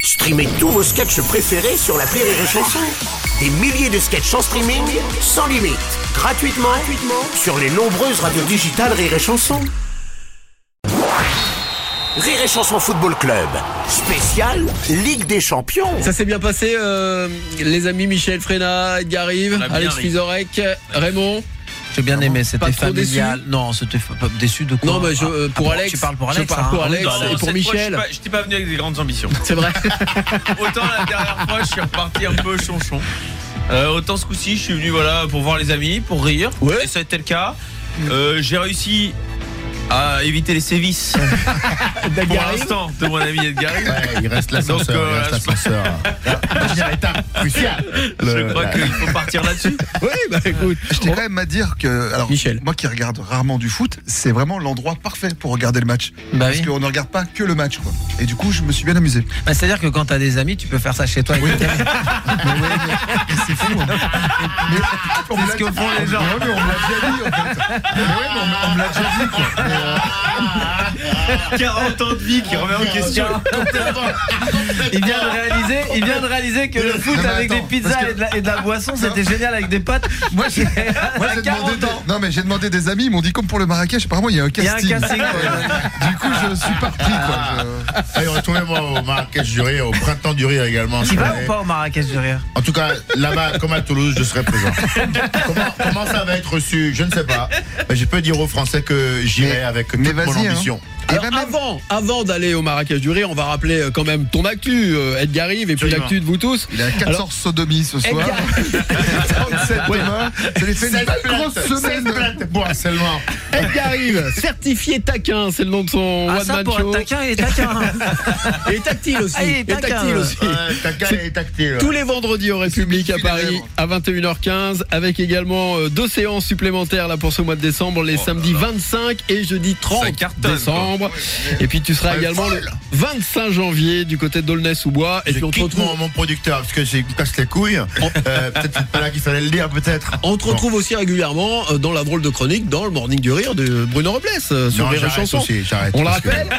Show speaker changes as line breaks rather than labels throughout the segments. Streamez tous vos sketchs préférés sur la Rire et Chanson. Des milliers de sketchs en streaming, sans limite, gratuitement, gratuitement sur les nombreuses radios digitales Rire et Chanson. Rire et Chanson Football Club, spécial Ligue des Champions.
Ça s'est bien passé, euh, les amis Michel Fréna, Edgar Rive,
On a bien
Alex
ri.
Fizorek, Raymond.
J'ai bien aimé,
Pas
c'était
trop
familial.
déçu
Non, c'était fa- pas déçu de quoi
Non, mais je, euh,
Ah,
pour
bon,
Alex.
Tu parles pour
je
Alex
parle
hein.
pour Alex.
Non, non,
et pour
cette fois,
Michel.
je suis pas- Je t'ai pas venu avec des grandes ambitions.
C'est vrai.
Autant la dernière fois, je suis reparti un peu chonchon. Euh, autant ce coup-ci, je suis venu voilà, pour voir les amis, pour rire.
Ouais.
Et ça a été le cas. Euh, J'ai réussi à éviter les sévices pour
Edgar Rive.
l'instant de mon ami Edgar.
Ouais, il reste
Donc, euh,
l'ascenseur, il
hein,
reste
là, je-
l'ascenseur. La dernière étape cruciale.
Je
Le-
crois
la-
qu'il faut partir là-dessus.
Oui, bah écoute.
Je tiens quand même à dire que, alors,
Michel.
moi qui regarde rarement du foot, c'est vraiment l'endroit parfait pour regarder le match.
Bah
Parce
oui.
qu'on ne regarde pas que le match, quoi. Et du coup, je me suis bien amusé.
Bah, C'est-à-dire que quand t'as des amis, tu peux faire ça chez toi. avec tes amis. Mais ouais, mais- mais c'est fou. hein.
me
C'est ce
l'a
que
dit.
font les gens.
Ouais, mais on me l'a déjà dit, en fait. Mais ouais, mais on me- on me l'a déjà dit, quoi.
40 ans de vie qui remet en question.
Il vient de réaliser, il vient de réaliser que le foot Ah,
mais
avec des
attends,
pizzas
parce que- Eh
et, de la, et de la boisson, c'était génial avec des pâtes. Moi, j'ai
Moi,
à
j'ai
40
demandé. des-
ans.
Non, mais j'ai demandé des amis, ils m'ont dit, comme pour le Marrakech, apparemment, il y a un
Il y a un
casting.
casting.
Du coup, je suis parti, quoi. Je-
Allez, retrouvez-moi au Marrakech du Rire, au Printemps du Rire également.
Tu
cette
vas
année.
ou pas au Marrakech du Rire
En tout cas, là-bas, comme à Toulouse, je serai présent. comment, comment ça va être reçu Je ne sais pas. Mais je peux dire aux Français que j'irai
Mais-
avec toute
mais
mon
vas-y, hein.
ambition.
Et
Alors,
ben, même-
avant, avant d'aller au Marrakech du Rire, on va rappeler euh, quand même ton actu, euh, Edgar Rive, et puis
Absolument.
l'actu de vous tous.
Il a 14 sodomies ce soir.
Edgar-
37 demain. Ça lui fait une
Cette
belle grosse
plainte, cette
semaine.
plainte, moi seulement.
Edgar Rive, certifié taquin, c'est le nom de son
Ah,
one
ça,
man
pour être
show.
taquin, il est taquin.
Et tactile aussi.
Ah, il est
Et
taquin,
tactile
ouais.
aussi.
Ouais, Tactile et tactile.
Tous les vendredis en République à
suffit des
Paris
lèvres.
à 21h15 avec également euh, deux séances supplémentaires là pour ce mois de décembre
Oh
les samedis 25 et jeudi 30
cartonne,
décembre et puis tu seras
Ouais,
également le 25 janvier du côté d'Aulnay-sous-Bois et
Je
puis on te
quitte mon,
retrouve
mon producteur parce que j'ai casse les couilles. Euh, peut-être c'est pas là qu'il fallait le dire, peut-être.
on te retrouve aussi régulièrement euh, dans la drôle de chronique dans le Morning du Rire de Bruno Robles euh, sur
Non,
Rire et
j'arrête
Chanson.
aussi, j'arrête.
On le
parce que-
rappelle,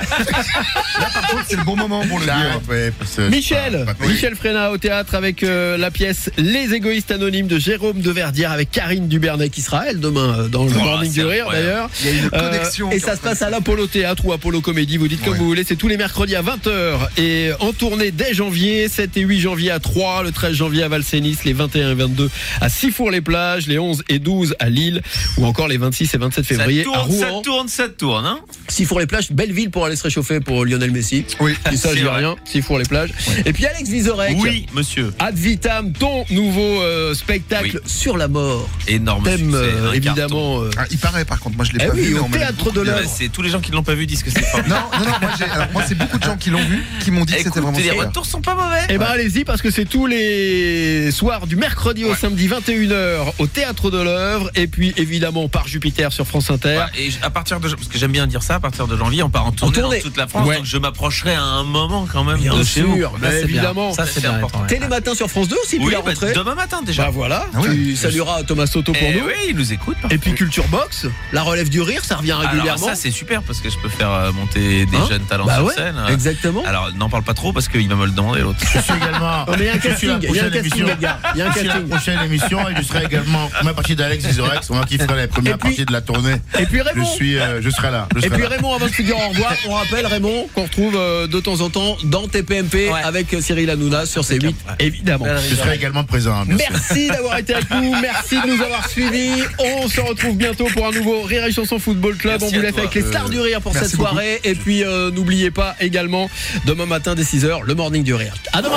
C'est le bon moment pour le dire.
J'arrête, ouais, parce que-
Michel,
Pas- pas-
Michel Fréna au théâtre avec euh, la pièce Les égoïstes anonymes de Jérôme de Verdière avec Karine Dubernay qui sera elle demain euh,
Oh,
dans le
Ouah,
Morning
c'est
du Rire
incroyable.
d'ailleurs.
Il y a une
Euh,
connexion.
et
qui est
ça
en
se
train de
passe à l'Apollo Théâtre ou Apollo Comédie. Vous dites comme
Ouais.
vous voulez. C'est tous les mercredis à 20h et en tournée dès janvier, 7 et 8 janvier à 3, le 13 janvier à Valsénis, les 21 et 22 à Sifour-les-Plages, les 11 et 12 à Lille ou encore les 26 et 27
Ça
février à
tourne, ça
Rouen.
tourne, ça tourne. Hein
Sifour-les-Plages, belle ville pour aller se réchauffer pour Lionel Messi.
Oui.
Et ça,
Ah, C'est
je dis
vrai.
rien. Sifour-les-Plages. Et puis Alex Vizorek.
oui, monsieur.
Ad Vitam, ton nouveau euh, spectacle
Oui.
sur la mort.
Énorme
Thème
succès,
euh,
un carton.
évidemment. euh,
Ah, il paraît par contre, moi je l'ai
eh
pas
oui,
vu. mais
au
on me l'a
théâtre
beaucoup
de
dit.
l'œuvre.
Ouais, c'est tous les gens qui ne l'ont pas vu disent que c'est pas.
Non, non, non, moi, j'ai- alors, moi c'est beaucoup de gens qui l'ont vu qui m'ont dit que
Écoute,
c'était vraiment
les
super.
retours sont pas mauvais.
Eh ben allez-y parce que c'est tous les soirs du mercredi au samedi 21h au théâtre de l'œuvre et puis évidemment par Jupiter sur France Inter.
Ouais, et à partir de parce que j'aime bien dire ça, à partir de janvier, on part en tournée,
tournée.
dans toute la France,
Ouais.
donc je m'approcherai à un moment quand même
Bien
de chez vous.
sûr, mais
c'est bien.
évidemment.
Ça,
c'est
c'est bien
important.
important.
Télématin sur France 2 aussi puis
Oui,
la
bah,
rentrée.
demain matin déjà.
Bah voilà,
Ah oui.
tu salueras Thomas Soto pour
Eh
nous.
oui, il nous écoute.
Et puis Culture Box, la relève du rire, ça revient
Alors
régulièrement.
ça c'est super parce que je peux faire euh, monter des
Hein
jeunes talents
bah
sur
ouais,
scène.
exactement.
Alors n'en parle pas trop parce qu'il va me le demander l'autre.
Je suis également.
Non, mais il y a un
je suis la
casting, il y a un
prochaine
casting,
émission.
les gars. Il y a un
Je suis la
casting.
prochaine émission et je serai également ma partie d'Alex Isorex, moi qui ferai la
Et
première
puis-
partie de la tournée.
Et puis
Je
Raymond.
suis, euh, je serai là. Je
Et
serai
puis
là.
Raymond, avant de se dire au revoir, on rappelle Raymond qu'on retrouve euh, de temps en temps dans TPMP
Ouais.
avec euh, Cyril Hanouna sur C8, évidemment.
Je serai également présent. hein, bien sûr.
Merci d'avoir été avec nous, merci de nous avoir suivis. On se retrouve bientôt pour un nouveau Rire et Chanson Football Club.
Merci
on vous
à
laisse
toi.
avec les stars du rire pour
merci
cette soirée. Et puis euh, n'oubliez pas également demain matin dès 6h le morning du rire. À demain.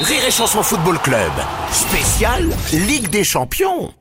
Rire et Chanson Football Club, spécial Ligue des Champions.